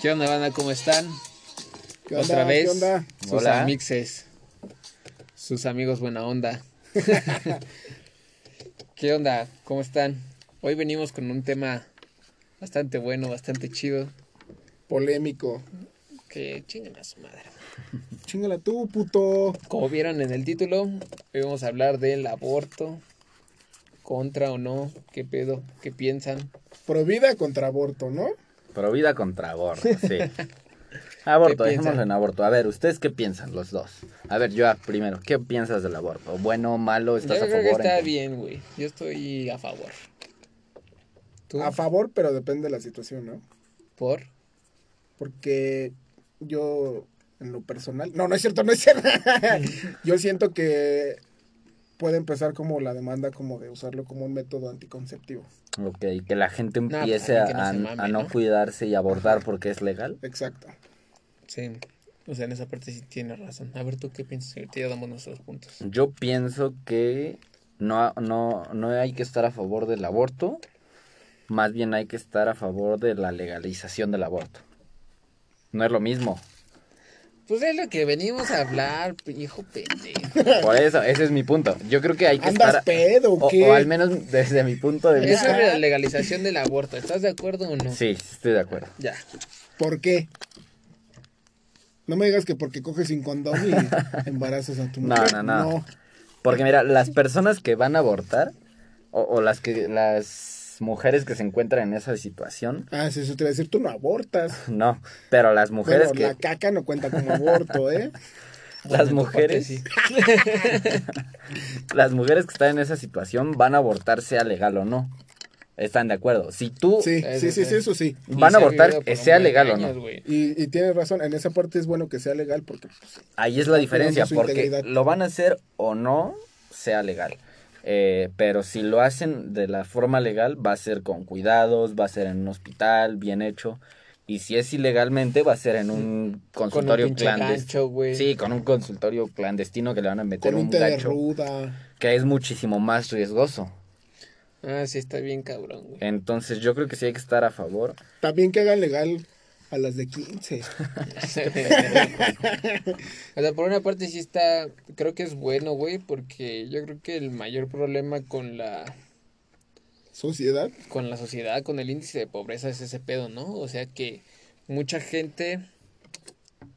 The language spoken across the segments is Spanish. ¿Qué onda, banda? ¿Cómo están? ¿Qué Otra onda? vez, ¿Qué onda? sus Hola. amixes, sus amigos buena onda. ¿Qué onda? ¿Cómo están? Hoy venimos con un tema bastante bueno, bastante chido. Polémico. Que chinguen a su madre. Chingala tú, puto. Como vieron en el título, hoy vamos a hablar del aborto. Contra o no, qué pedo, qué piensan. Provida contra aborto, ¿no? Pero vida contra aborto, sí. Aborto, ¿Qué dejémoslo piensan? en aborto. A ver, ¿ustedes qué piensan los dos? A ver, yo primero, ¿qué piensas del aborto? ¿Bueno, malo? Yo ¿Estás a creo favor? que en está contra? bien, güey. Yo estoy a favor. ¿Tú? A favor, pero depende de la situación, ¿no? ¿Por? Porque yo, en lo personal. No, no es cierto, no es cierto. yo siento que puede empezar como la demanda como de usarlo como un método anticonceptivo. Ok, que la gente pues, empiece que no a, se mame, a no ¿no? cuidarse y abortar porque es legal. Exacto. Sí, o sea, en esa parte sí tiene razón. A ver, ¿tú qué piensas? Ahorita ya damos nuestros puntos. Yo pienso que no, no, no hay que estar a favor del aborto. Más bien hay que estar a favor de la legalización del aborto. No es lo mismo. Pues es lo que venimos a hablar, pe- hijo pendejo. Por eso, ese es mi punto. Yo creo que hay que ¿Andas estar... pedo o o- qué? o al menos desde mi punto de Es vista... sobre la legalización del aborto, ¿estás de acuerdo o no? Sí, estoy de acuerdo. Ya. ¿Por qué? No me digas que porque coges sin condón y embarazas a tu No, mujer. no, no. Porque mira, las personas que van a abortar, o, o las que las mujeres que se encuentran en esa situación, Ah, sí, eso te iba a decir, tú no abortas. no, pero las mujeres Pero la que caca no cuenta como aborto, ¿eh? Bueno, en las tu parte mujeres sí. las mujeres que están en esa situación van a abortar sea legal o no. ¿Están de acuerdo? Si tú Sí, Eso sí, sí, sí. sí, eso sí. van Y a se ha abortar, vivido por eh, un sea buen legal o años, no. güey. Y, y tienes razón, en esa parte es bueno que sea legal porque pues, Ahí es la diferencia, su porque integridad. lo van a hacer o no, sea legal. Eh, pero si lo hacen de la forma legal, va a ser con cuidados, va a ser en un hospital, bien hecho. Y si es ilegalmente, va a ser en un Con un consultorio pinche clandestino. gancho, güey. Sí, con un consultorio clandestino que le van a meter con un un té de gancho, ruda. que es muchísimo más riesgoso. Ah, sí, está bien cabrón, güey. Entonces yo creo que sí hay que estar a favor. También que hagan legal a las de 15. o sea, por una parte sí está, creo que es bueno, güey, porque yo creo que el mayor problema con la Sociedad. con la sociedad, con el índice de pobreza es ese pedo, ¿no? O sea que mucha gente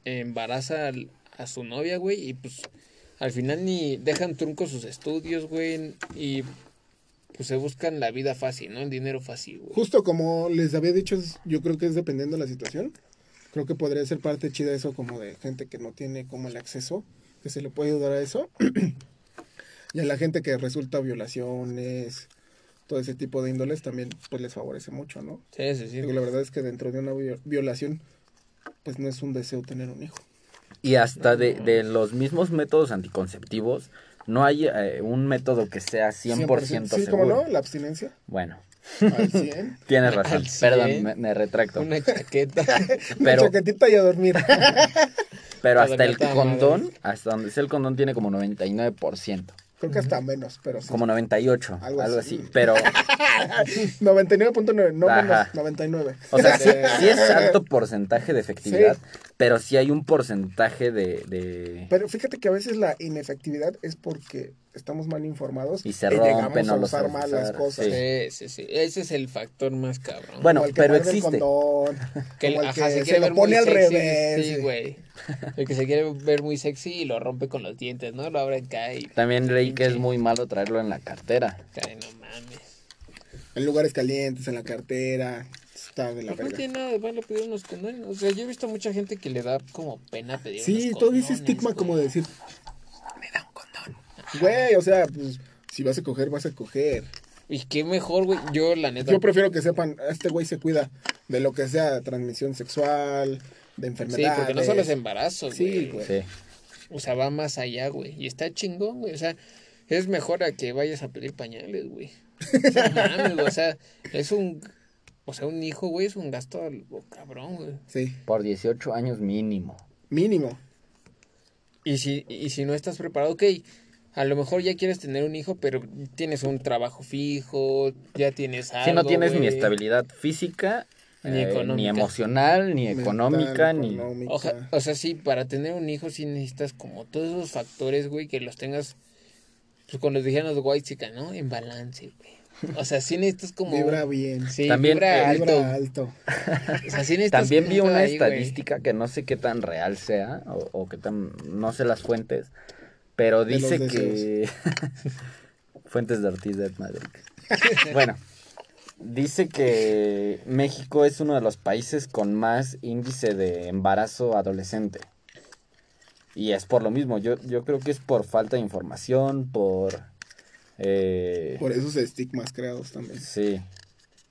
embaraza al- a su novia, güey, y pues al final ni dejan trunco sus estudios, güey, y pues se buscan la vida fácil, ¿no? El dinero fácil, güey. Justo como les había dicho, es- yo creo que es dependiendo de la situación. Creo que podría ser parte chida eso como de gente que no tiene como el acceso, que se le puede ayudar a eso. y a la gente que resulta violaciones, todo ese tipo de índoles también pues les favorece mucho, ¿no? Sí, sí, sí. Digo, la verdad es que dentro de una vi- violación, pues no es un deseo tener un hijo. Y hasta de, de los mismos métodos anticonceptivos, no hay eh, un método que sea 100%, Sí, seguro. ¿cómo no? La abstinencia. Bueno, Al 100. tienes razón. Al cien. Perdón, me, me retracto. Una chaqueta. Pero... Pero- chaquetita y a dormir. Pero Todavía hasta el está condón, hasta donde sea el condón, tiene como 99%. Creo que hasta menos, pero sí. Como 98, Algo algo, así. así. Pero, 99.9, no menos, Ajá. 99. o sea, sí, sí es alto porcentaje de efectividad, pero sí hay un porcentaje de... de- Pero fíjate que a veces la inefectividad es porque estamos mal informados Y se llegamos rompen a o los usar mal las usar, cosas. sí. Sí, sí, sí. Ese es el factor más cabrón. Bueno, Como el que pero guarda el existe. condón, Que, el- como el ajá, que se se, quiere lo ver pone muy al sexy, revés. Sí, sí. güey. El que se quiere ver muy sexy y lo rompe con los dientes, ¿no? Lo abre acá y. También leí que es Pinche. muy malo traerlo en la cartera. Ay, no mames. En lugares calientes, en la cartera. Está de la Pero no verga. tiene nada de malo pedir unos condones. O sea, yo he visto mucha gente que le da como pena pedir Sí, unos todo este ese condones, estigma güey. como de decir, Me da un condón. güey, o sea, pues si vas a coger, vas a coger. Y qué mejor, güey. Yo, la neta. Yo prefiero que sepan, este güey se cuida de lo que sea transmisión sexual, Sí, de enfermedades. porque no solo es embarazo, Sí, güey. güey. Sí. O sea, va más allá, güey. Y está chingón, güey. O sea, es mejor a que vayas a pedir pañales, güey. O sea, mames, güey. O sea, es un. O sea, un hijo, güey, es un gasto al- cabrón, güey. Sí, Por 18 años mínimo. mínimo. Y si, y si no estás preparado, ok. A lo mejor ya quieres tener un hijo, pero tienes un trabajo fijo, ya tienes algo. si no tienes ni güey. estabilidad física Ni eh, ni económica. emocional, ni mental, económica, ni... económica. Oja- o sea, sí, para tener un hijo sí necesitas como todos esos factores, güey, que los tengas, pues cuando dijeron los white chica, ¿no? En balance, güey. O sea, sí necesitas como... Vibra bien. Sí, También, eh, vibra vibra alto. alto. O sea, sí necesitas También vi punto una ahí, güey. estadística que no sé qué tan real sea o, o qué tan no sé las fuentes, pero De los dice que fuentes de Ortiz de Madrid. bueno, dice que México es uno de los países con más índice de embarazo adolescente. Y es por lo mismo, yo, yo creo que es por falta de información, por... eh, Por esos estigmas creados también. sí.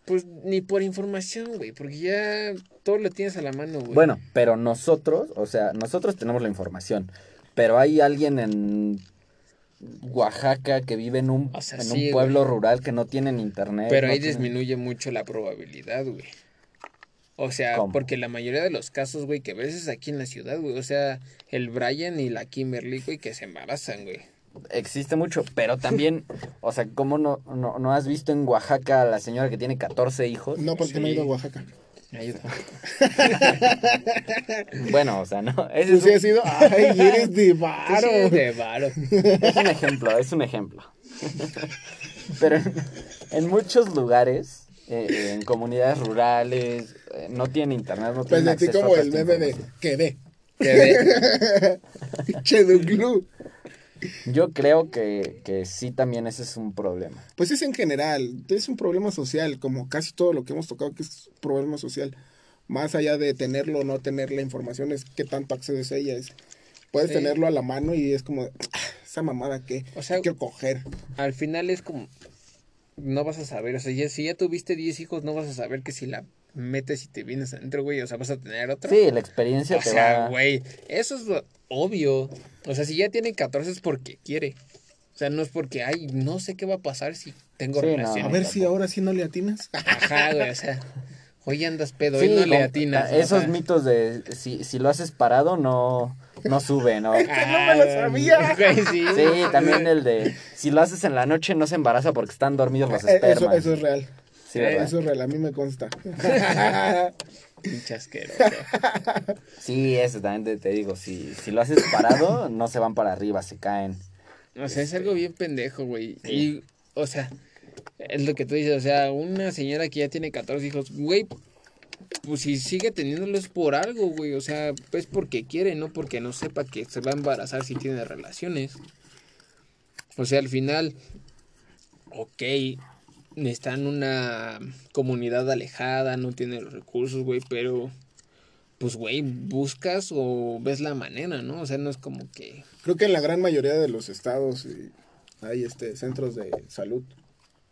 Pues ni por información, güey, porque ya todo lo tienes a la mano, güey. Bueno, pero nosotros, o sea, nosotros tenemos la información, pero hay alguien en Oaxaca que vive en un, O sea, en sí, un güey. pueblo rural que no tienen internet. Pero eh, no ahí tienen- disminuye mucho la probabilidad, güey. O sea, ¿Cómo? porque la mayoría de los casos, güey, que ves es aquí en la ciudad, güey. O sea, el Brian y la Kimberly, güey, que se embarazan, güey. Existe mucho, pero también, o sea, ¿cómo no, no, no has visto en Oaxaca a la señora que tiene 14 hijos? No, pues, porque Sí. me he ido a Oaxaca. Bueno, o sea, no, ese Tú es, sí has un, ido. Ay, eres de Claro, varo. de varo. es un ejemplo, es un ejemplo. pero en, en muchos lugares, eh, en comunidades rurales, eh, no tienen internet, no Pues tienen de ti acceso a como toda el esta meme de información. quedé. Que de- Che Duclú. Yo creo que, que sí también ese es un problema. Pues es en general, es un problema social, como casi todo lo que hemos tocado que es un problema social. Más allá de tenerlo o no tener la información, es qué tanto accedes a ella. Es, puedes Sí. tenerlo a la mano y es como, "Ah, esa mamada que O sea- quiero coger. Al final es como. No vas a saber. O sea, ya- si ya tuviste 10 hijos, no vas a saber que si la metes y te vienes adentro, güey. O sea, vas a tener otra. Sí, la experiencia O te sea, va... güey, eso es lo- obvio. O sea, si ya tiene 14 es porque quiere. O sea, no es porque, ay, no sé qué va a pasar si tengo Sí, no. relaciones. A ver si ahora sí no le atinas. Ajá, güey, o sea, hoy andas pedo, Sí, hoy no le con- atinas. ¿no? O Esos sea, mitos de si, si lo haces parado no, no sube, ¿no? Sí, ah, no me lo sabía. güey, sí. también el de si lo haces en la noche no se embaraza porque están dormidos los Eh, Eso, espermas. eso es real. Sí, ¿verdad? Eso es real, a mí me consta. Pinche asqueroso. Sí, eso también te, te digo, si, si lo haces parado no se van para arriba, se caen. O sea, es algo bien pendejo, güey. Y, o sea, es lo que tú dices, o sea, una señora que ya tiene 14 hijos, güey, pues si sigue teniéndolos por algo, güey. O sea, es porque quiere, no porque no sepa que se va a embarazar si tiene relaciones. O sea, al final, ok, está en una comunidad alejada, no tiene los recursos, güey, pero... Pues, güey, buscas o ves la manera, ¿no? O sea, no es como que... Creo que en la gran mayoría de los estados y hay este centros de salud.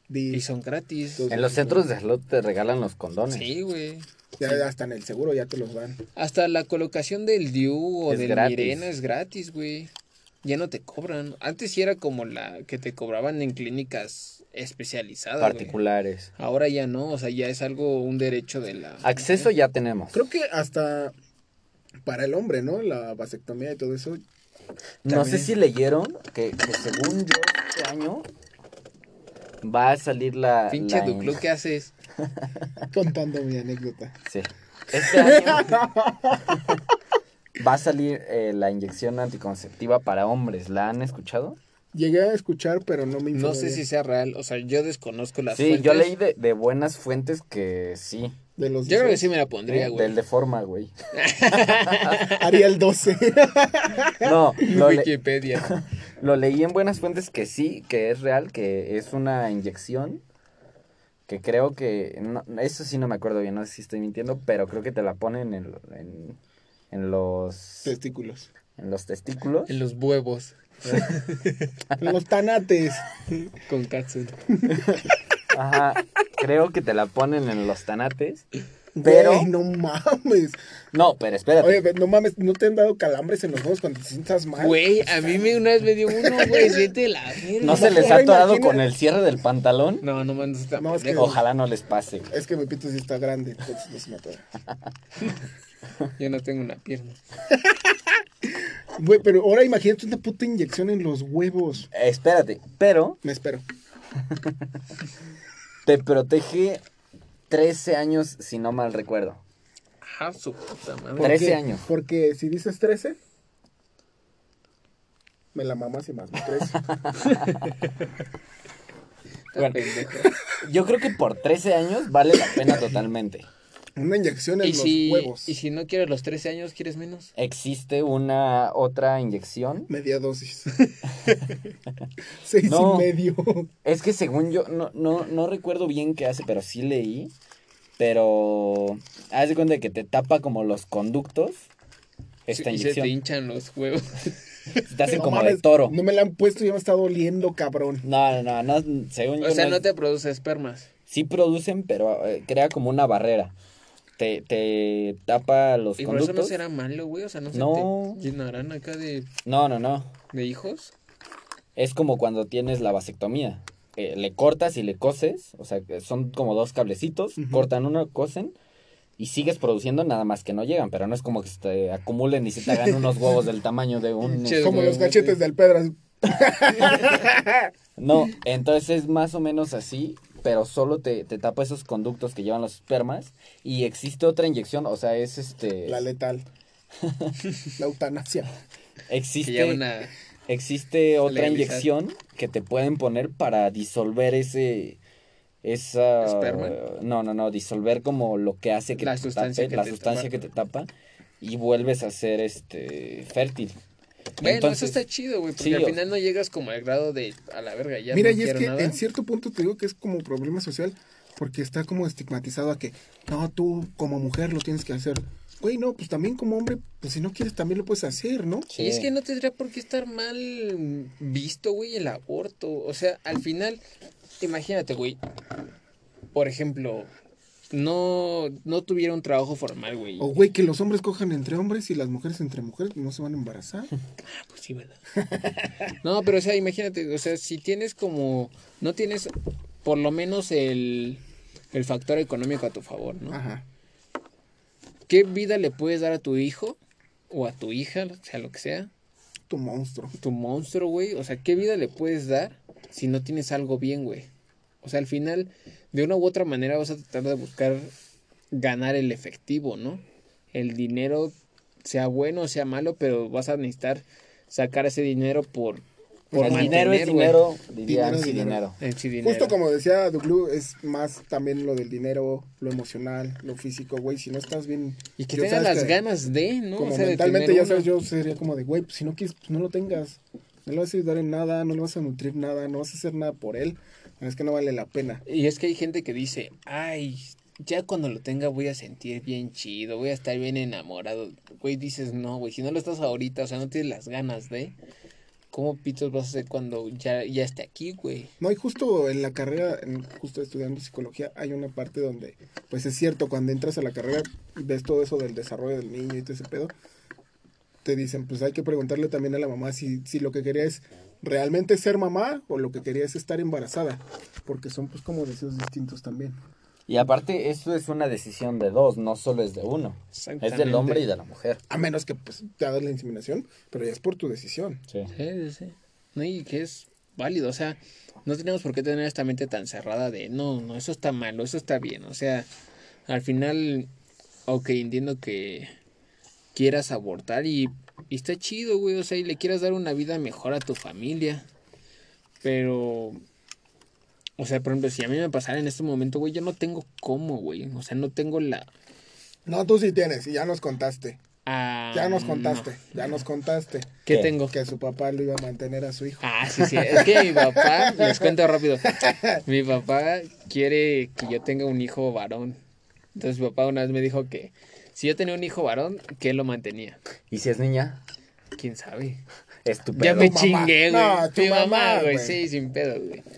Di- Y son gratis. En los centros de salud te regalan los condones. Sí, güey. ya hasta en el seguro ya te los dan. Hasta la colocación del Diu o Es del gratis. Mirena es gratis, güey. Ya no te cobran. Antes sí era como la que te cobraban en clínicas especializadas. güey. particulares. Ahora ya no, o sea, ya es algo, un derecho de la... Acceso ya tenemos. Creo que hasta para el hombre, ¿no? La vasectomía y todo eso. No También. sé si leyeron que, que según yo este año va a salir la... Pinche la- Duclo, ¿qué haces? Contando mi anécdota. Sí. Este año va a salir eh, la inyección anticonceptiva para hombres. ¿La han escuchado? Llegué a escuchar, pero no me informé. No sé si bien sea real, o sea, yo desconozco las sí, fuentes. yo leí de, de buenas fuentes que sí. de los Yo creo que 12. sí me la pondría, güey. Del de forma, güey. Arial 12. No, lo, le- Wikipedia. lo leí en buenas fuentes que sí, que es real, que es una inyección. Que creo que. no- eso sí no me acuerdo bien, no sé si estoy mintiendo, pero creo que te la ponen en, en, en los. Testículos. En los testículos. en los huevos, Los tanates. con Katsun. Ajá. Creo que te la ponen en los tanates. Pero. Güey, no mames. No, pero espérate. Oye, ve, no mames, ¿no te han dado calambres en los ojos cuando te sientas mal? Güey, a mí me, una vez me dio uno, güey, siete la mierda. ¿No se les ha ahora atorado imagina- con el cierre del pantalón? No, no mandas esta No, es que- Ojalá no les pase. güey. Es que mi pito sí está grande, entonces no se me atora. Yo no tengo una pierna. Güey, pero ahora imagínate una puta inyección en los huevos. Espérate, pero Me espero. te protege 13 años, si no mal recuerdo. Ah, su puta ¿Por madre. Trece qué? años. Porque si dices 13, me la mamas y más me 13. Está Bueno. pendejo. Yo creo que por 13 años vale la pena totalmente. Una inyección en ¿Y los si, huevos. y si no quieres los 13 años, quieres menos. Existe una otra inyección. Media dosis. Seis No. y medio. Es que según yo, no, no, no recuerdo bien qué hace, pero sí leí. Pero haz de cuenta que te tapa como los conductos. Esta y se inyección. te hinchan los huevos. Te hacen No como de mames, toro. No me la han puesto y ya me está doliendo, cabrón. No, no, no, no, según yo. O sea, no- no te produce espermas. Sí producen, pero eh, crea como una barrera. Te, te tapa los Y por eso no conductos. será malo, güey. O sea, no se No. te llenarán acá de, No, no, no. de hijos. Es como cuando tienes la vasectomía. Eh, le cortas y le coses. O sea, que son como dos cablecitos. Ujú. Cortan uno, cosen. Y sigues produciendo nada más que no llegan. Pero no es como que se te acumulen y se te hagan unos huevos del tamaño de un. este, Che, Como huevo, los cachetes sí. del Pedras. No, entonces es más o menos así, pero solo te, te tapa esos conductos que llevan los espermas. Y existe otra inyección, o sea, es este. La letal. La eutanasia. Que ya Existe, una. existe otra legalizar. inyección que te pueden poner para disolver ese. Esa. ¿Esperma? No, no, no, disolver como lo que hace que La te sustancia tape, que la te sustancia tapa. que te tapa. Y vuelves a ser este. fértil. Bueno, Entonces- eso está chido, güey. Porque Sí, al o- final no llegas como al grado de a la verga. Ya Mira, no y es quiero que nada. en cierto punto te digo que es como problema social, porque está como estigmatizado a que, no, tú como mujer lo tienes que hacer. Güey, no, pues también como hombre, pues si no quieres también lo puedes hacer, ¿no? Y es que no tendría por qué estar mal visto, güey, el aborto. O sea, al final, imagínate, güey. Por ejemplo, no, no tuviera un trabajo formal, güey. O güey, que los hombres cojan entre hombres y las mujeres entre mujeres, no se van a embarazar. Pues sí, ¿verdad? no, pero o sea, imagínate, o sea, si tienes como, no tienes por lo menos el, el factor económico a tu favor, ¿no? Ajá. ¿Qué vida le puedes dar a tu hijo o a tu hija, o sea, lo que sea? Tu monstruo. Tu monstruo, güey. O sea, ¿qué vida le puedes dar si no tienes algo bien, güey? O sea, al final, de una u otra manera vas a tratar de buscar ganar el efectivo, ¿no? El dinero, sea bueno o sea malo, pero vas a necesitar sacar ese dinero por, por Por Pues dinero mantener, güey. es dinero, diría Dinero es sí, dinero. dinero. En sí, dinero. Justo como decía Duglu, es más también lo del dinero, lo emocional, lo físico, güey, si no estás bien... Y que yo tengas sabes las que- ganas de, ¿no? Como O sea, de mentalmente, tener ya una. sabes, yo sería como de, güey, pues si no quieres, pues no lo tengas. No le vas a ayudar en nada, no le vas a nutrir nada, no vas a hacer nada por él. Es que no vale la pena. Y es que hay gente que dice, ay, ya cuando lo tenga voy a sentir bien chido, voy a estar bien enamorado. Güey, dices, no, güey, si no lo estás ahorita, o sea, no tienes las ganas de... ¿Cómo pitos vas a hacer cuando ya, ya esté aquí, güey? No, y justo en la carrera, en- justo estudiando psicología, hay una parte donde, pues es cierto, cuando entras a la carrera, ves todo eso del desarrollo del niño y todo ese pedo, te dicen, pues hay que preguntarle también a la mamá si, si lo que quería es realmente ser mamá o lo que quería es estar embarazada, porque son pues como deseos distintos también. Y aparte, esto es una decisión de dos, no solo es de uno. Es del Exactamente. hombre y de la mujer. A menos que pues te hagas la inseminación, pero ya es por tu decisión. Sí. Sí, sí, sí. No, y que es válido, o sea, no tenemos por qué tener esta mente tan cerrada de, no, no, eso está malo, eso está bien, o sea, al final, ok, entiendo que quieras abortar y, y está chido, güey, o sea, y le quieras dar una vida mejor a tu familia, pero, o sea, por ejemplo, si a mí me pasara en este momento, güey, yo no tengo cómo, güey, o sea, no tengo la... No, tú sí tienes, y ya nos contaste. ah, Ya nos no. contaste, ya nos contaste. ¿Qué ¿Qué? tengo? Que su papá lo iba a mantener a su hijo. Ah, sí, sí. Es que mi papá, les cuento rápido. Mi papá quiere que yo tenga un hijo varón. Entonces mi papá una vez me dijo que si yo tenía un hijo varón, que él lo mantenía. ¿Y si es niña? ¿Quién sabe? Estupendo. ya me mamá. chingué, güey. No, tu mi mamá, mamá, güey. güey. Sí, sin pedo, güey. Yo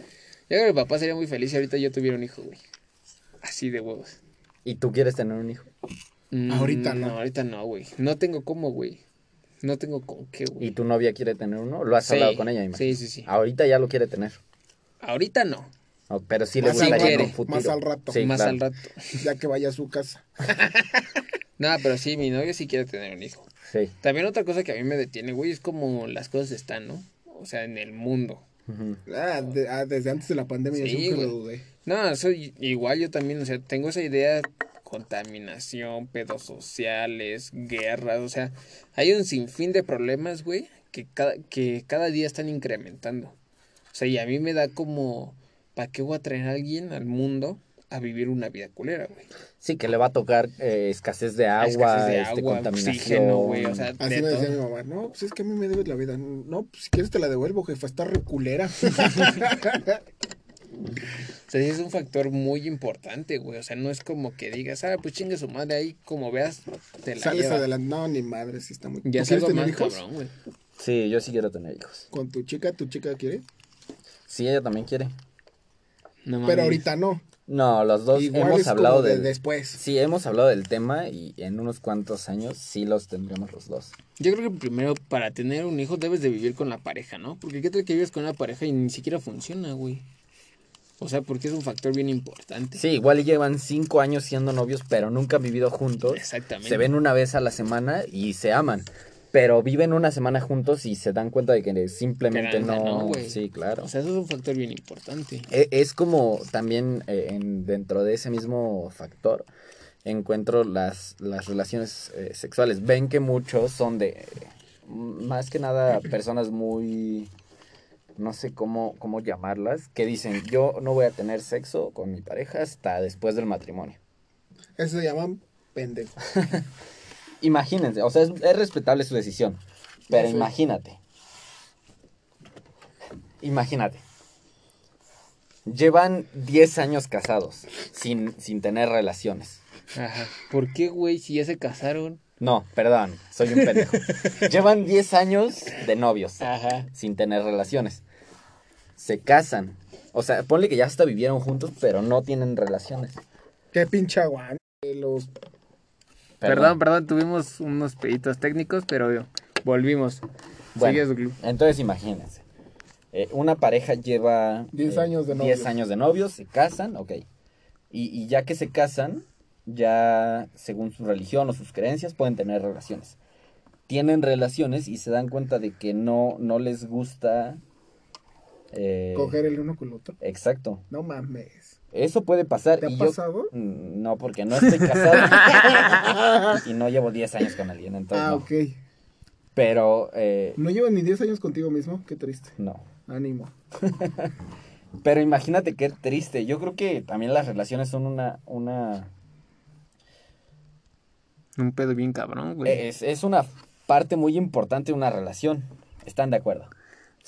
creo que mi papá sería muy feliz si ahorita yo tuviera un hijo, güey. Así de huevos. ¿Y tú quieres tener un hijo? Mm, Ahorita no. ahorita no, güey. No tengo cómo, güey. No tengo con qué, güey. ¿Y tu novia quiere tener uno? ¿Lo has Sí, hablado con ella, me imagino? Sí, sí, sí. Ahorita ya lo quiere tener. Ahorita no. O- Pero sí le Más al gustaría en rato, un futuro. más al rato. Sí, Más claro. al rato. Ya que vaya a su casa. Nada, pero sí, mi novio sí quiere tener un hijo. Sí. También otra cosa que a mí me detiene, güey, es como las cosas están, ¿no? O sea, en el mundo. Ujú. Ah, de- ah, desde antes de la pandemia Sí, yo siempre lo güey. dudé. No, soy igual yo también, o sea, tengo esa idea, contaminación, pedos sociales, guerras, o sea, hay un sinfín de problemas, güey, que cada, que cada día están incrementando. O sea, y a mí me da como, ¿para qué voy a traer a alguien al mundo a vivir una vida culera, güey? Sí, que le va a tocar eh, escasez de agua, Escasez de este, agua, contaminación. oxígeno, güey, o sea, Así de me decía mi todo. mamá, no, pues es que a mí me debes la vida. No, pues si quieres te la devuelvo, jefa, está reculera. O sea, sí es un factor muy importante, güey, o sea, no es como que digas, ah, pues chingue su madre ahí, como veas, te la Sales lleva. adelante. No, ni madre, sí está muy... Ya ¿Tú es algo quieres tener más hijos? cabrón, güey. Sí, yo sí quiero tener hijos. Con tu chica, tu chica quiere. Sí, ella también quiere. No mames. Pero ahorita no. No, los dos Igual hemos es hablado como de del- después. Sí, hemos hablado del tema y en unos cuantos años sí los tendremos los dos. Yo creo que primero para tener un hijo debes de vivir con la pareja, ¿no? Porque qué tal que vives con una pareja y ni siquiera funciona, güey. O sea, porque es un factor bien importante. Sí, igual y llevan cinco años siendo novios, pero nunca han vivido juntos. Exactamente. Se ven una vez a la semana y se aman. Pero viven una semana juntos y se dan cuenta de que simplemente Pero anda, ¿no, no. güey? sí, claro. O sea, eso es un factor bien importante. E- Es como también eh, en- dentro de ese mismo factor encuentro las, las relaciones eh, sexuales. Ven que muchos son de, eh, m- más que nada, personas muy, no sé cómo, cómo llamarlas, que dicen, yo no voy a tener sexo con mi pareja hasta después del matrimonio. Eso se llaman pendejos. Imagínense, o sea, es, es respetable su decisión, pero Sí. imagínate. Imagínate. Llevan 10 años casados sin, sin tener relaciones. Ajá. ¿Por qué, güey, si ya se casaron? No, perdón, soy un pendejo. Llevan 10 años de novios Ajá. sin tener relaciones. Se casan. O sea, ponle que ya hasta vivieron juntos, pero no tienen relaciones. Qué pinche aguante. Los... Perdón, perdón, tuvimos unos peditos técnicos, pero volvimos. Bueno, Sigues, Glu. entonces imagínense. eh, una pareja lleva... 10 eh, años de 10 novios. años de novios, se casan, ok. Y, y ya que se casan, ya según su religión o sus creencias pueden tener relaciones. Tienen relaciones y se dan cuenta de que no, no les gusta... eh, Coger el uno con el otro. Exacto. No mames. Eso puede pasar. ¿Te ha y yo- pasado? Mm, No, porque no estoy casado. y no llevo 10 años con alguien, entonces Ah, Pues, no. ok. Pero, eh, No llevan ni 10 años contigo mismo. Qué triste. no. Ánimo. Pero imagínate qué triste. Yo creo que también las relaciones son una... una Un pedo bien cabrón, güey. es, es una parte muy importante de una relación. ¿Están de acuerdo?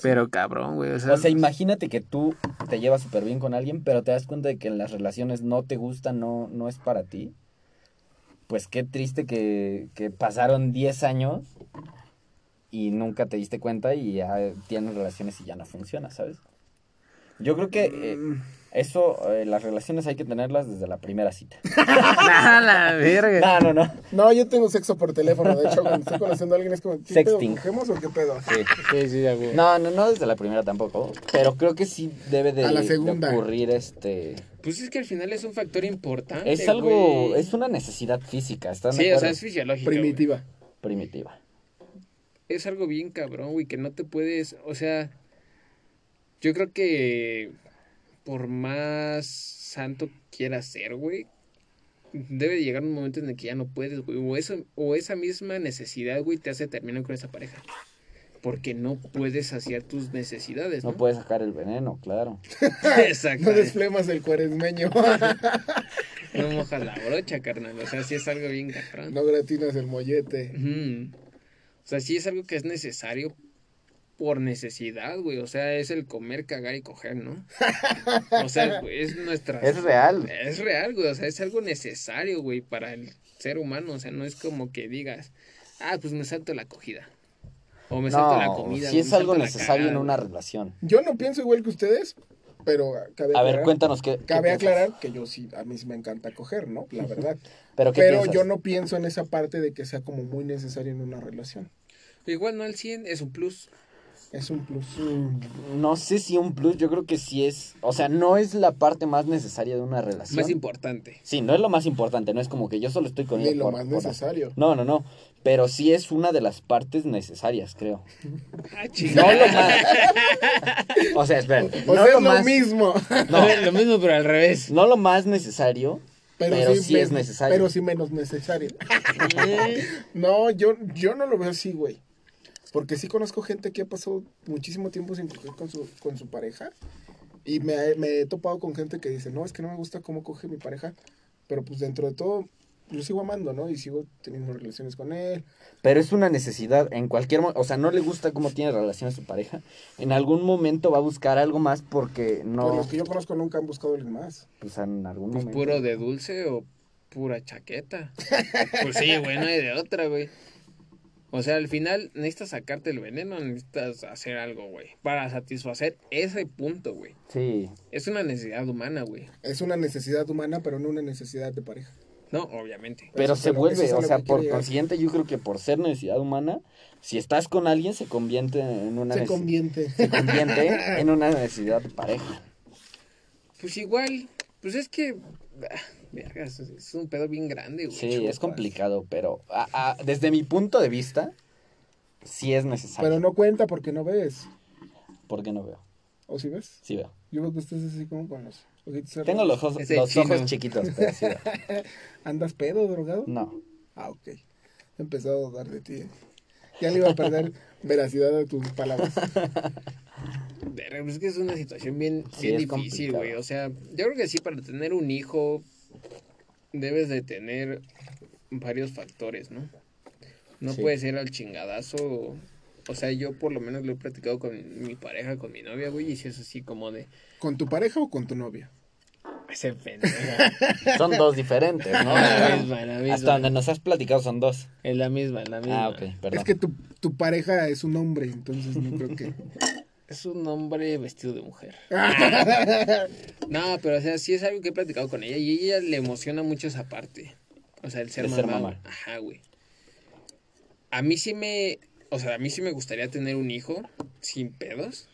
pero cabrón, güey. O sea, O sea, imagínate que tú te llevas súper bien con alguien, pero te das cuenta de que en las relaciones no te gusta, no, no es para ti. Pues qué triste que, que pasaron 10 años y nunca te diste cuenta y ya tienes relaciones y ya no funciona, ¿sabes? Yo creo que eh, Mm. eso, eh, las relaciones hay que tenerlas desde la primera cita. ¡Ah, la verga. No, no, no. No, yo tengo sexo por teléfono. De hecho, cuando estoy conociendo a alguien es como... ¿Qué Sexting. pedo? ¿Cogemos o qué pedo? Sí. Sí, sí, ya, güey. No, no, no desde la primera tampoco. Pero creo que sí debe de, A la de segunda. ocurrir este. Pues es que al final es un factor importante. Es algo, Ah, güey. es una necesidad física, ¿están de Sí, o acuerdo? sea, es fisiológico. güey. Primitiva. Primitiva. es algo bien cabrón, güey, que no te puedes, o sea, yo creo que por más santo quieras ser, güey, debe de llegar un momento en el que ya no puedes, güey, o, eso, o esa misma necesidad, güey, te hace terminar con esa pareja. Porque no puedes saciar tus necesidades. No, No puedes sacar el veneno, claro. No Exacto. desplemas el cuaresmeño. No mojas la brocha, carnal. O sea, sí es algo bien cabrón. No gratinas el mollete. Ujú. O sea, sí es algo que es necesario por necesidad, güey. O sea, es el comer, cagar y coger, ¿no? O sea, güey, es nuestra... Es real. Es real, güey. O sea, es algo necesario, güey, para el ser humano. O sea, no es como que digas, ah, pues me salto la cogida. O me salto Pues la No, comida. si o me es salto algo la necesario en cagada, una güey. relación. Yo no pienso igual que ustedes, pero cabe A ver, aclarar- cuéntanos qué. qué Cabe piensas. aclarar que yo sí, a mí sí me encanta coger, ¿no? La verdad. Pero, ¿qué Pero piensas? yo no pienso en esa parte de que sea como muy necesario en una relación. Igual no al 100 es un plus. Es un plus. No sé si un plus, yo creo que sí es. O sea, no es la parte más necesaria de una relación. Más importante. sí, no es lo más importante, no es como que yo solo estoy con Ni él. lo por- más por- necesario. No, no, no. Pero sí es una de las partes necesarias, creo. Ah, No lo más. O sea, espera. O no sea, lo es lo más. mismo. No, es lo mismo, pero al revés. No lo más necesario, pero, sí, me- es necesario. Pero sí menos necesario. Eh, No, yo, yo no lo veo así, güey. Porque sí conozco gente que ha pasado muchísimo tiempo sin coger con su, con su pareja. Y me, he- me he topado con gente que dice, no, es que no me gusta cómo coge mi pareja. Pero pues dentro de todo, yo sigo amando, ¿no? Y sigo teniendo relaciones con él. Pero es una necesidad en cualquier momento. O sea, no le gusta cómo tiene relación a su pareja. En algún momento va a buscar algo más porque Por no. los que yo conozco nunca han buscado a alguien más. Pues en algún pues momento. puro de dulce o pura chaqueta. Pues sí, güey, no hay de otra, güey. O sea, al final necesitas sacarte el veneno, necesitas hacer algo, güey. Para satisfacer ese punto, güey. Sí. Es una necesidad humana, güey. Es una necesidad humana, pero no una necesidad de pareja. No, obviamente. Pero Eso se es lo- eso vuelve, es a o lo sea, que por quiero llegar. consiguiente, yo creo que por ser necesidad humana, si estás con alguien, se convierte en una Se nece- convierte. se convierte en una necesidad de pareja. Pues igual, pues es que. ah, vergas, es un pedo bien grande, güey. Sí, es complicado, pero a- a- desde mi punto de vista, sí es necesario. Pero no cuenta porque no ves. Porque no veo. ¿O si ves? Sí veo. Yo veo que estás así como con los ojitos cerrados. Tengo los, ojos- Ese los chino. ojos chiquitos, pero sí veo. ¿Andas pedo, drogado? No. Ah, ok. He empezado a dudar de ti. ¿eh? Ya le iba a perder veracidad de tus palabras. Verga, pues es que es una situación bien, Sí, bien difícil, es complicado. güey. O sea, yo creo que sí, para tener un hijo, debes de tener varios factores, ¿no? No Sí. puede ser al chingadazo. O sea, yo por lo menos lo he platicado con mi pareja, con mi novia, güey, y si es así como de. "Pues ¿Con tu pareja o con tu novia? Ese pendejo. Son dos diferentes, ¿no? La misma, la misma. Hasta donde nos has platicado son dos. Es la misma, es la misma. Ah, ok, perdón. Es que tu, tu pareja es un hombre, entonces no creo que... Es un hombre vestido de mujer. No, pero o sea, sí es algo que he platicado con ella y ella le emociona mucho esa parte. O sea, el ser, El mamá, ser güey. mamá. Ajá, güey. A mí sí me, o sea, a mí sí me gustaría tener un hijo sin pedos.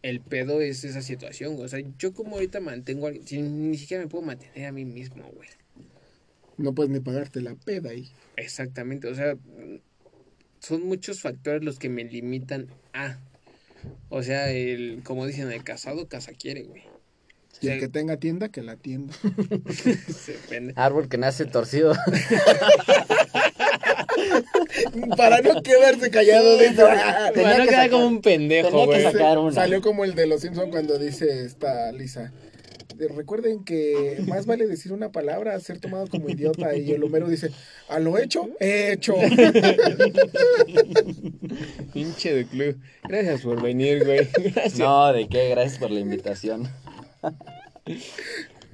El pedo es esa situación, güey. O sea, yo como ahorita mantengo, al- si- ni siquiera me puedo mantener a mí mismo, güey. No puedes ni pagarte la peda ahí. Exactamente, o sea, son muchos factores los que me limitan a. O sea, el, como dicen, el casado casa quiere, güey. Y el Sí. que tenga tienda, que la tienda. Se pende- Árbol que nace torcido. Para no quedarse callado. dice. Tenía Bueno, que queda sacar- como un pendejo, tenía que güey. sacar- Sacar una. Pues, Salió como el de los Simpson cuando dice esta Lisa. "Eh, Recuerden que más vale decir una palabra a ser tomado como idiota. Y el Homero dice, a lo hecho, he hecho. Pinche de club. Gracias por venir, güey. Gracias. No. No, de qué, gracias por la invitación.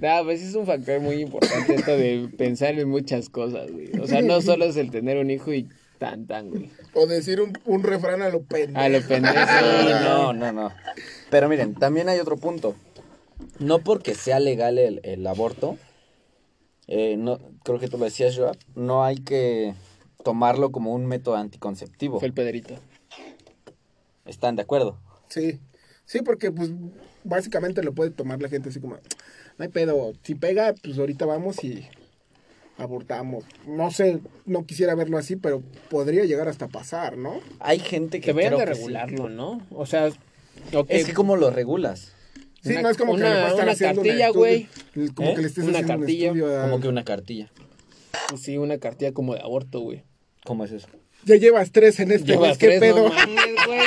pues es un factor muy importante esto de pensar en muchas cosas, güey. O sea, no solo es el tener un hijo y tan, tan, güey. O decir un, un refrán a lo pendejo. A lo pendejo. Sí, no, no, no. Pero miren, también hay otro punto. No porque sea legal el, el aborto, eh, no, creo que tú lo decías, Joab, no hay que tomarlo como un método anticonceptivo. Fue el Pedrito. ¿Están de acuerdo? Sí. Sí, porque pues básicamente lo puede tomar la gente así como, no hay pedo, si pega, pues ahorita vamos y abortamos. No sé, no quisiera verlo así, pero podría llegar hasta pasar, ¿no? Hay gente que... Deberían de creo que sí. regularlo, ¿no? O sea, ok, Es que ¿cómo lo regulas? Sí, Una- no es como que una- le va a estar una haciendo un cartilla, estudio, güey. el- Como ¿Eh? que le estés Una haciendo un cartilla, estudio a- Como que una cartilla. pues sí, una cartilla como de aborto, güey. ¿Cómo es eso? Ya llevas tres en este mes, Llevas ¿qué tres, pedo? no mames, güey.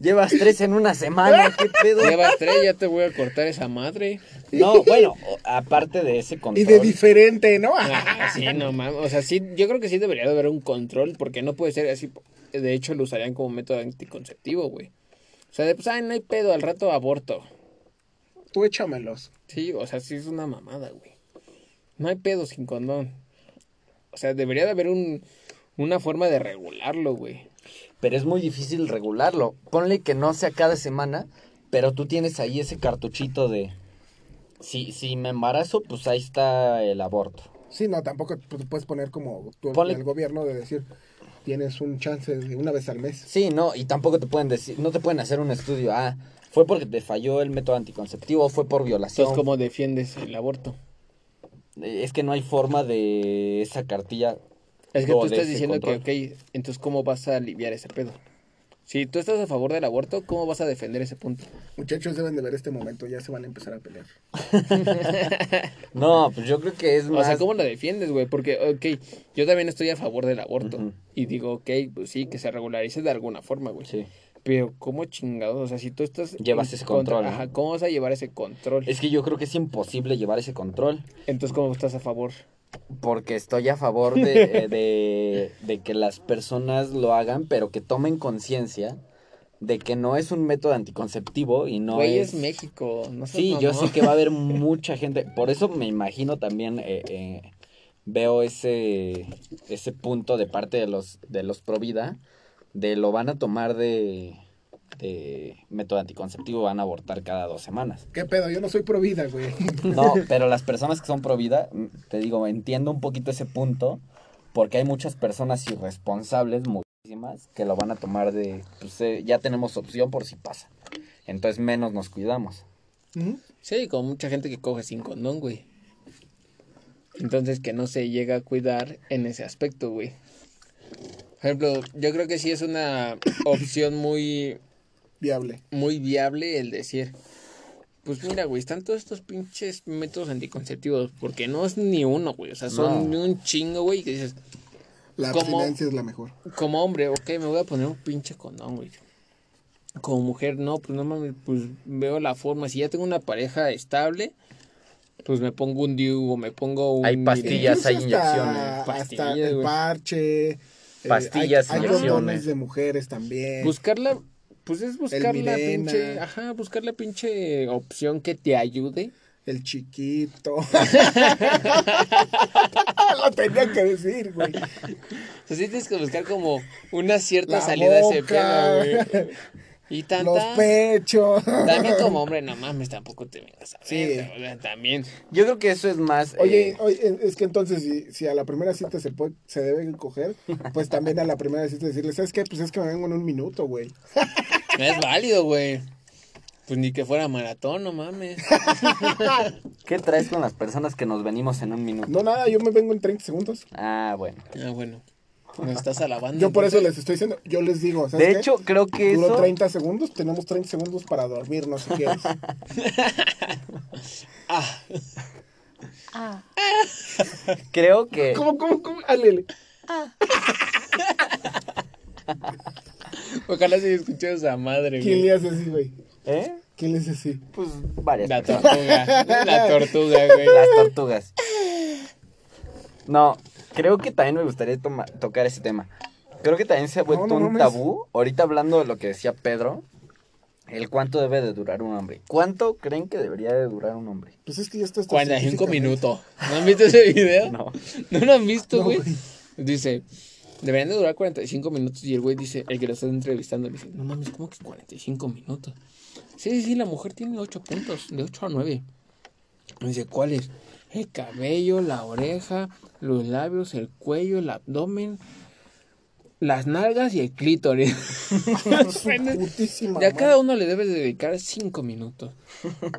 Llevas tres en una semana, ¿qué pedo? Llevas tres, ya te voy a cortar esa madre. No, bueno, o- aparte de ese y control. de diferente, ¿no? Ah, sí, no mames. O sea, sí, yo creo que sí debería de haber un control, porque no puede ser así. De hecho, lo usarían como método anticonceptivo, güey. O sea, de, pues, ay, no hay pedo, al rato aborto. Tú échamelos. Sí, o sea, sí es una mamada, güey. No hay pedo sin condón. O sea, debería de haber un, una forma de regularlo, güey. Pero es muy difícil regularlo. Ponle que no sea cada semana, pero tú tienes ahí ese cartuchito de... Si, si me embarazo, pues ahí está el aborto. Sí, no, tampoco te puedes poner como tú- Ponle- el gobierno de decir, tienes un chance de una vez al mes. Sí, no, y tampoco te pueden decir, no te pueden hacer un estudio, ah, fue porque te falló el método anticonceptivo, fue por violación. Entonces, ¿cómo defiendes el aborto? Eh, Es que no hay forma de esa cartilla. Es que o tú de estás ese diciendo control. que, ok, entonces, ¿cómo vas a aliviar ese pedo? Si tú estás a favor del aborto, ¿cómo vas a defender ese punto? Muchachos deben de ver este momento, ya se van a empezar a pelear. No, pues yo creo que es O más... sea, ¿cómo lo defiendes, güey? Porque, ok, yo también estoy a favor del aborto. Ujú. Y digo, ok, pues sí, que se regularice de alguna forma, güey. Sí. Pero, ¿cómo chingados? O sea, si tú estás... Llevas en ese control, Ajá, ¿no? ¿cómo vas a llevar ese control? Es que yo creo que es imposible llevar ese control. Entonces, ¿cómo estás a favor? Porque estoy a favor de, eh, de- de que las personas lo hagan, pero que tomen conciencia de que no es un método anticonceptivo y no güey, es... es... México, no sé. Sí, yo sé que va a haber mucha gente. Por eso me imagino también eh, eh, veo ese ese punto de parte de los de los Provida de lo van a tomar de de método anticonceptivo van a abortar cada dos semanas. ¿Qué pedo? Yo no soy pro vida, güey. No, pero las personas que son Provida, mm, te digo, entiendo un poquito ese punto porque hay muchas personas irresponsables muchísimas que lo van a tomar de pues, eh, ya tenemos opción por si pasa. Entonces menos nos cuidamos. ¿Mm? Ujú. Sí, como mucha gente que coge sin condón, güey. Entonces que no se llega a cuidar en ese aspecto, güey. Por ejemplo, yo creo que sí es una opción muy, Viable. muy viable el decir, pues mira, güey, están todos estos pinches métodos anticonceptivos, porque no es ni uno, güey, o sea, son No. un chingo, güey, que dices, La ¿Cómo? abstinencia es la mejor. como hombre, ok, me voy a poner un pinche condón, güey. Como mujer, no, pues no mames, pues veo la forma. Si ya tengo una pareja estable, pues me pongo un DIU o me pongo un. Hay pastillas. Incluso hay hasta- inyecciones. Hasta Pastillas, el güey. parche. eh, Pastillas, hay, hay inyecciones. condones de mujeres también. Buscarla, pues es buscar El la Mirena. pinche. Ajá, buscar la pinche opción que te ayude. El chiquito. Lo tenía que decir, güey. O sea, Pues sí tienes que buscar como una cierta La salida a ese boca. pedo, güey. Y Los tanta. pechos. También como hombre, no mames, tampoco te vengas a ver. Sí. o sea, también. Yo creo que eso es más. Oye, eh, oye, es que entonces, si, si a la primera cita se puede, se debe coger, pues también a la primera cita decirle, ¿sabes qué? Pues es que me vengo en un minuto, güey. No es válido, güey. Pues ni que fuera maratón, no mames. ¿qué traes con las personas que nos venimos en un minuto? No, nada, yo me vengo en 30 segundos. Ah, bueno. Ah, bueno. Nos estás alabando. Yo por eso entonces. les estoy diciendo, yo les digo, ¿sabes Mm, pues De qué? hecho, creo que Duró eso. 30 segundos, tenemos 30 segundos para dormir, no sé qué es. Ah, Creo que. ¿Cómo, cómo, cómo? Alele. ojalá se haya escuchado esa madre, ¿Quién güey. le hace así, güey? ¿Eh? ¿Quién le hace así? Pues varias. La personas. tortuga. La tortuga, güey. Las tortugas. No, creo que también me gustaría toma- tocar ese tema. Creo que también se ha vuelto no un mames. tabú. Ahorita hablando de lo que decía Pedro, el cuánto debe de durar un hombre. ¿Cuánto creen que debería de durar un hombre? Pues es que ya está... hasta 45 científicamente. minutos. ¿No han visto ese video? No. ¿No lo han visto, No, güey? güey. Dice, deberían de durar 45 minutos. Y el güey dice, el que lo está entrevistando, dice, no mames, ¿cómo que 45 minutos? Sí, sí, sí, la mujer tiene 8 puntos, de 8 a 9. Dice, ¿cuáles? El cabello, la oreja, los labios, el cuello, el abdomen, las nalgas y el clítoris. Putísima Ya a madre. cada uno le debes dedicar cinco minutos.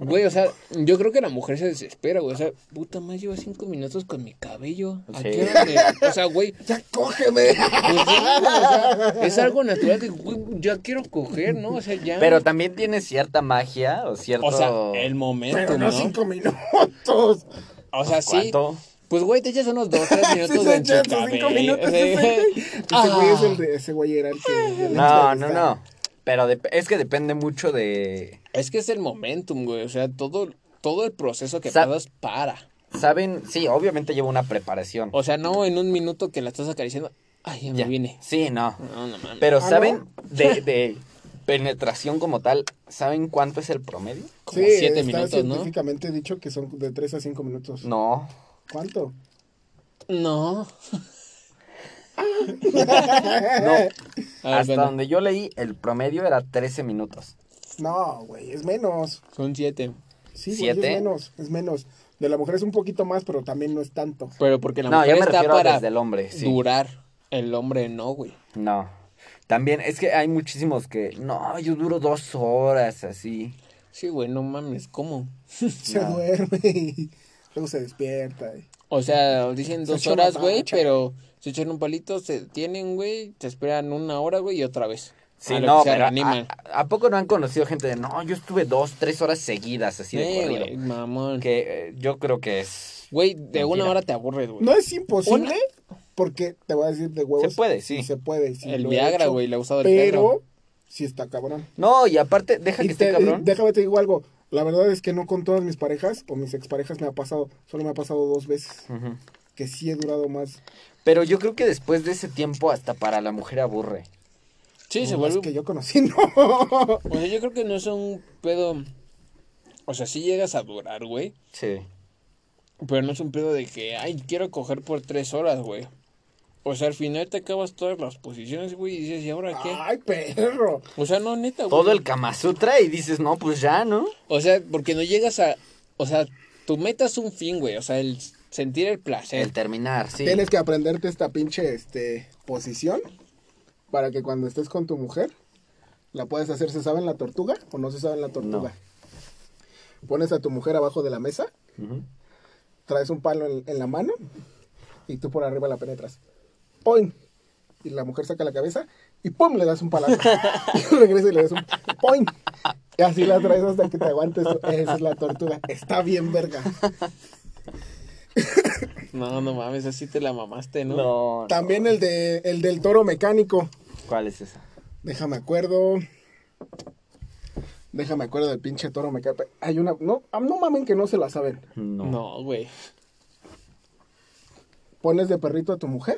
Güey, o sea, yo creo que la mujer se desespera, güey. O sea, puta más lleva cinco minutos con mi cabello. ¿A Sí. qué hora me- O sea, güey, ¡Ya cógeme! pues sí, güey, o sea, es algo natural que, güey, ya quiero coger, ¿no? O sea, ya. Pero también tiene cierta magia o cierto. o sea, el momento, Pero ¿no? no cinco minutos. O sea, sí. ¿Cuánto? Pues, güey, te echas unos dos, tres minutos se en tu echan sus cinco cabello. minutos, Sí. Ese güey es Ah. el de- ese güey era el que. No, no, no. Pero dep- es que depende mucho de... Es que es el momentum, güey. O sea, todo, todo el proceso que Sa- pasas para. ¿Saben? Sí, obviamente lleva una preparación. O sea, no en un minuto que la estás acariciando. Ay, ya me Ya. vine. Sí, no. No, no mames. Pero ¿Ah, ¿saben de, de penetración como tal? ¿Saben cuánto es el promedio? Como sí, siete está minutos, ¿no? científicamente dicho que son de 3 a 5 minutos. No. ¿Cuánto? No. No. A ver, Hasta bueno, donde yo leí, el promedio era 13 minutos. No, güey, es menos. son siete. Sí, güey, es ¿Siete? menos, es menos. De la mujer es un poquito más, pero también no es tanto. Pero porque la No, mujer yo me está refiero para desde el hombre, sí. durar. El hombre no, güey. No. También es que hay muchísimos que, no, yo duro dos horas así. Sí, güey, no mames, ¿cómo? Se No. duerme y luego se despierta. y- O sea, dicen Se dos echó horas, la güey, mancha. pero se echan un palito, se detienen, güey, te esperan una hora, güey, y otra vez. Sí, A lo no, que se pero ah, a, reaniman. a- ¿a poco no han conocido gente de, no, yo estuve dos, tres horas seguidas así de Eh, corrido"? güey, mamón. Que eh, yo creo que es... Güey, de una Mentira. hora te aburres, güey. No es imposible, porque te voy a decir de huevos. Se puede, sí. Se puede, sí. el lo he Viagra, hecho, güey, le ha usado el perro. Pero sí está cabrón. No, y aparte, deja Y que esté te- cabrón. déjame te digo algo. La verdad es que no con todas mis parejas o mis exparejas me ha pasado. Solo me ha pasado dos veces. Ujú. Que sí he durado más. Pero yo creo que después de ese tiempo hasta para la mujer aburre. Sí, se las vuelve. que yo conocí, no. O sea, yo creo que no es un pedo. O sea, sí llegas a durar, güey. Sí. Pero no es un pedo de que, ay, quiero coger por tres horas, güey. O sea, al final te acabas todas las posiciones, güey, y dices, ¿y ahora qué? Ay, perro. O sea, no, neta, güey. Todo el Kama Sutra y dices, no, pues ya, ¿no? O sea, porque no llegas a. O sea, tu meta es un fin, güey. O sea, el sentir el placer. El terminar, sí. Tienes que aprenderte esta pinche este, posición para que cuando estés con tu mujer la puedas hacer. ¿Se sabe en la tortuga o no se sabe en la tortuga? Pones a tu mujer abajo de la mesa, Ujú. traes un palo en, en la mano y tú por arriba la penetras. ¡Poin! Y la mujer saca la cabeza y ¡pum! le das un palazo. y regresa y le das un ¡poin! Y así la traes hasta que te aguantes. Esa es la tortuga. Está bien, verga. No, no mames, así te la mamaste, ¿no? No, no. También el, de, el del toro mecánico. ¿Cuál es esa? Déjame acuerdo. Déjame acuerdo del pinche toro me cae. Hay una. No, ah, no mamen que no se la saben. No. No, güey. Pones de perrito a tu mujer,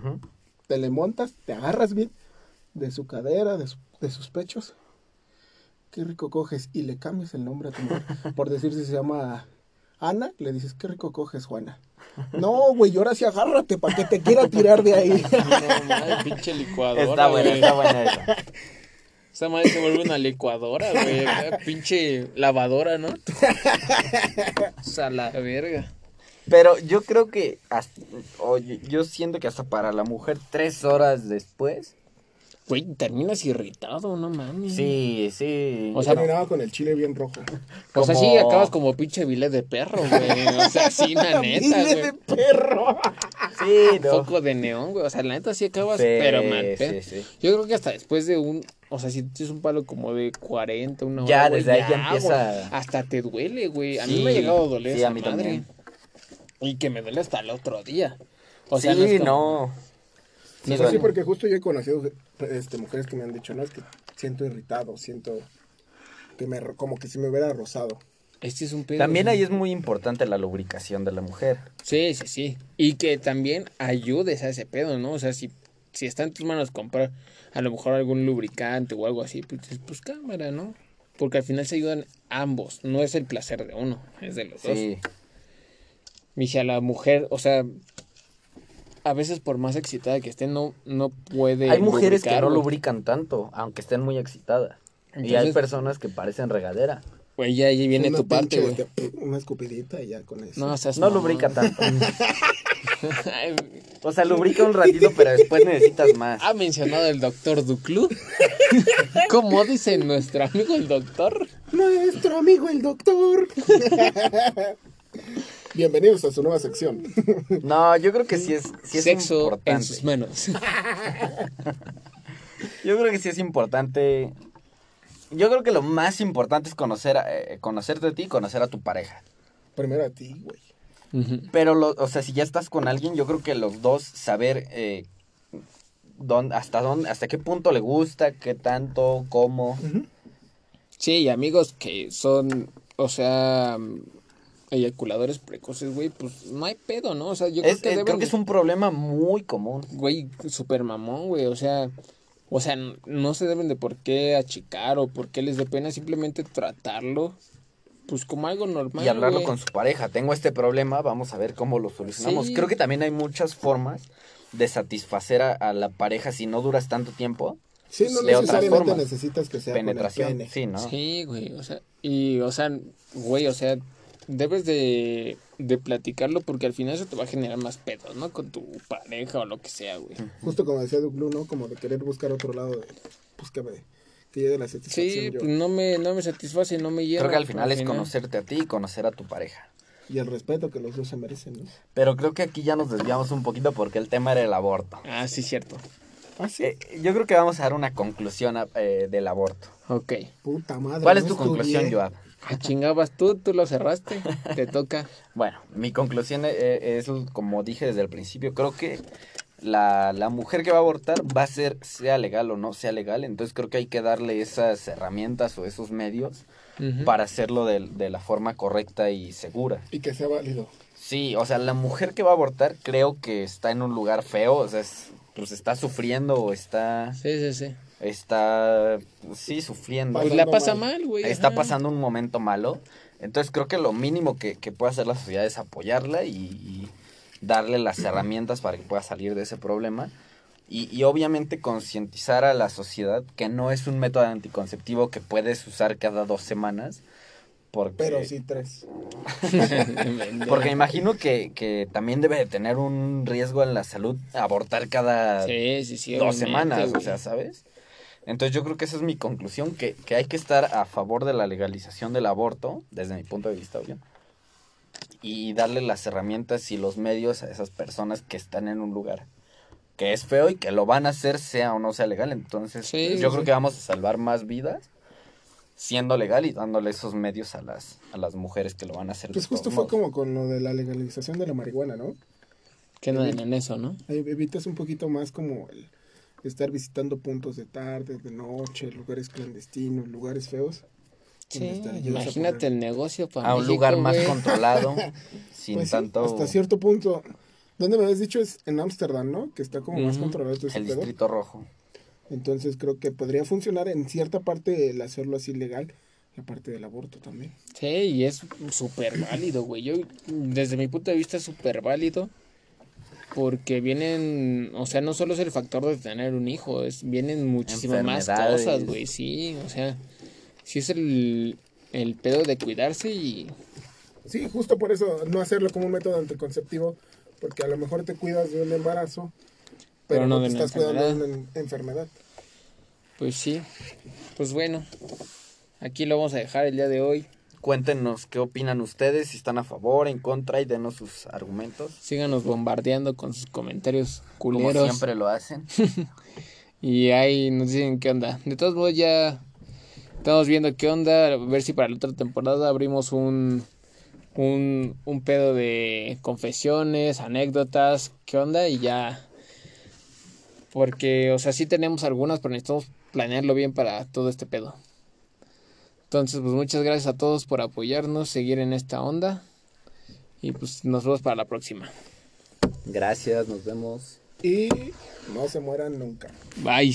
Ujú. te le montas, te agarras bien de su cadera, de, su- de sus pechos. Qué rico coges. Y le cambias el nombre a tu mujer. Por decir si se llama Ana, le dices, qué rico coges, Juana. No, güey, ahora sí agárrate para que te quiera tirar de ahí. No mames, pinche licuadora. Está buena, güey. está buena esa. Esa madre se vuelve una licuadora, güey. acá, Pinche lavadora, ¿no? O sea, la verga. Pero yo creo que, hasta- o yo- yo siento que hasta para la mujer tres horas después. Güey, terminas irritado, no mames. Sí, sí. O sea, Terminaba con el chile bien rojo. O sea, sí, como- acabas como pinche vile de perro, güey. O sea, sí, la neta, Dile güey. de perro! sí, no. Foco de neón, güey. O sea, la neta sí acabas, Sí, pero mal. sí, pe- sí. Yo creo que hasta después de un. O sea, si tienes un palo como de 40, una hora. Ya, güey, desde ahí ya güey, empieza- hasta te duele, güey. A mí Sí, me ha llegado a doler. sí, esa a mí madre. también. Y que me duele hasta el otro día. O sea, sí, es como- no. Sí, Pues sí, duele. porque justo yo he conocido este, mujeres que me han dicho, no, es que siento irritado, siento que me, ro- como que si me hubiera rozado. Este es un pedo. También ahí es muy importante la lubricación de la mujer. Sí, sí, sí. Y que también ayudes a ese pedo, ¿no? O sea, si, si está en tus manos comprar a lo mejor algún lubricante o algo así, pues, dices, pues cámara, ¿no? Porque al final se ayudan ambos. No es el placer de uno, es de los dos. Sí. Mija, la mujer, o sea, a veces por más excitada que esté, no, no puede. Hay mujeres que lubricar, no güey. lubrican tanto, aunque estén muy excitadas. Y hay Entonces- personas que parecen regadera. Güey, ya ahí viene Una tu parte, pinche, güey. este, una escupidita y ya con eso. No, seas pues, No mamón. lubrica tanto. Ay, O sea, lubrica un ratito, pero después necesitas más. ha mencionado el doctor Duclú. ¿Cómo dice nuestro amigo el doctor? Nuestro amigo el doctor. Bienvenidos a su nueva sección. No, yo creo que sí es, sí es Sexo en importante. sus manos. Yo creo que sí es importante. Yo creo que lo más importante es conocer a- eh, conocerte a ti y conocer a tu pareja. Primero a ti, güey. Pero, lo- o sea, si ya estás con alguien, yo creo que los dos saber eh, dónde- hasta dónde, hasta qué punto le gusta, qué tanto, cómo. Sí, y amigos que son, o sea, eyaculadores precoces, güey, pues no hay pedo, ¿no? O sea, yo Es- eh, creo que deben... es un problema muy común. güey, super mamón, güey, o sea, o sea, n- no se deben de por qué achicar o por qué les dé pena simplemente tratarlo, pues como algo normal, y hablarlo güey. con su pareja. Tengo este problema, vamos a ver cómo lo solucionamos. Sí. Creo que también hay muchas formas de satisfacer a, a la pareja si no duras tanto tiempo. Sí, no De otras necesariamente formas. necesitas que sea con el penetración. pene. Sí, ¿no? Sí, güey, o sea, y, o sea, güey, o sea, debes de, de platicarlo porque al final eso te va a generar más pedos, ¿no? Con tu pareja o lo que sea, güey. Justo como decía Duclu, ¿no? Como de querer buscar otro lado de, pues que me, que llegue la satisfacción Sí, yo. pues no me, no me satisface, no me llena. pues, Creo que al final es conocer conocerte a ti y conocer a tu pareja. Y el respeto que los dos se merecen, ¿no? Pero creo que aquí ya nos desviamos un poquito porque el tema era el aborto. Ah, sí, cierto. Ah, sí. Eh, yo creo que vamos a dar una conclusión a- eh, del aborto. Ok. Puta madre. ¿Cuál no es tu estudié. conclusión, Joab? Ah, chingabas tú, tú lo cerraste. Te toca. Bueno, mi conclusión eh, es, como dije desde el principio, creo que la, la mujer que va a abortar va a ser, sea legal o no sea legal, entonces creo que hay que darle esas herramientas o esos medios Ujú. para hacerlo de, de la forma correcta y segura. Y que sea válido. Sí, o sea, la mujer que va a abortar creo que está en un lugar feo, o sea, es- pues está sufriendo o está, Sí, sí, sí. está, sí, sufriendo. Pues Pasando la pasa mal. mal, güey. está ajá. pasando un momento malo. Entonces creo que lo mínimo que, que puede hacer la sociedad es apoyarla y, y darle las herramientas para que pueda salir de ese problema. Y, y obviamente concientizar a la sociedad que no es un método anticonceptivo que puedes usar cada dos semanas. Porque, Pero sí tres. porque imagino que, que también debe de tener un riesgo en la salud abortar cada Sí, sí, sí. dos obviamente, semanas, o güey. sea, ¿sabes? Entonces yo creo que esa es mi conclusión, que, que hay que estar a favor de la legalización del aborto, desde mi punto de vista, obvio, y darle las herramientas y los medios a esas personas que están en un lugar que es feo y que lo van a hacer sea o no sea legal. Entonces Sí, yo sí, creo sí. que vamos a salvar más vidas siendo legal y dándole esos medios a las, a las mujeres que lo van a hacer. de Pues justo todos fue como modos. con lo de la legalización de la marihuana, ¿no? Que no en eso, ¿no? Ahí evitas un poquito más como el estar visitando puntos de tarde, de noche, lugares clandestinos, lugares feos. Sí, donde te ayudas a imagínate poner- el negocio para A un México, lugar más güey. controlado, sin Pues sí, tanto... hasta cierto punto. ¿Dónde me habías dicho? Es en Ámsterdam, ¿no? Que está como más Ujú. controlado todo ese El pedo. distrito rojo. Entonces creo que podría funcionar en cierta parte el hacerlo así legal, la parte del aborto también. Sí, y es súper válido, güey. Yo, desde mi punto de vista, es súper válido. Porque vienen, o sea, no solo es el factor de tener un hijo, es, vienen muchísimas más Enfermedades. cosas, güey. Sí, o sea, sí es el, el pedo de cuidarse y. Sí, justo por eso no hacerlo como un método anticonceptivo, porque a lo mejor te cuidas de un embarazo, pero, Pero no no, de te una estás cuidando de una en- enfermedad. Pues sí, pues bueno, aquí lo vamos a dejar el día de hoy. Cuéntenos qué opinan ustedes, si están a favor, en contra y denos sus argumentos. Síganos bombardeando con sus comentarios Como culeros. siempre lo hacen. Y ahí nos dicen qué onda. De todos modos ya estamos viendo qué onda. A ver si para la otra temporada abrimos un, un, un pedo de confesiones, anécdotas, qué onda y ya. Porque, o sea, sí tenemos algunas, pero necesitamos planearlo bien para todo este pedo. Entonces, pues muchas gracias a todos por apoyarnos, seguir en esta onda. Y pues nos vemos para la próxima. Gracias, nos vemos. Y no se mueran nunca. Bye.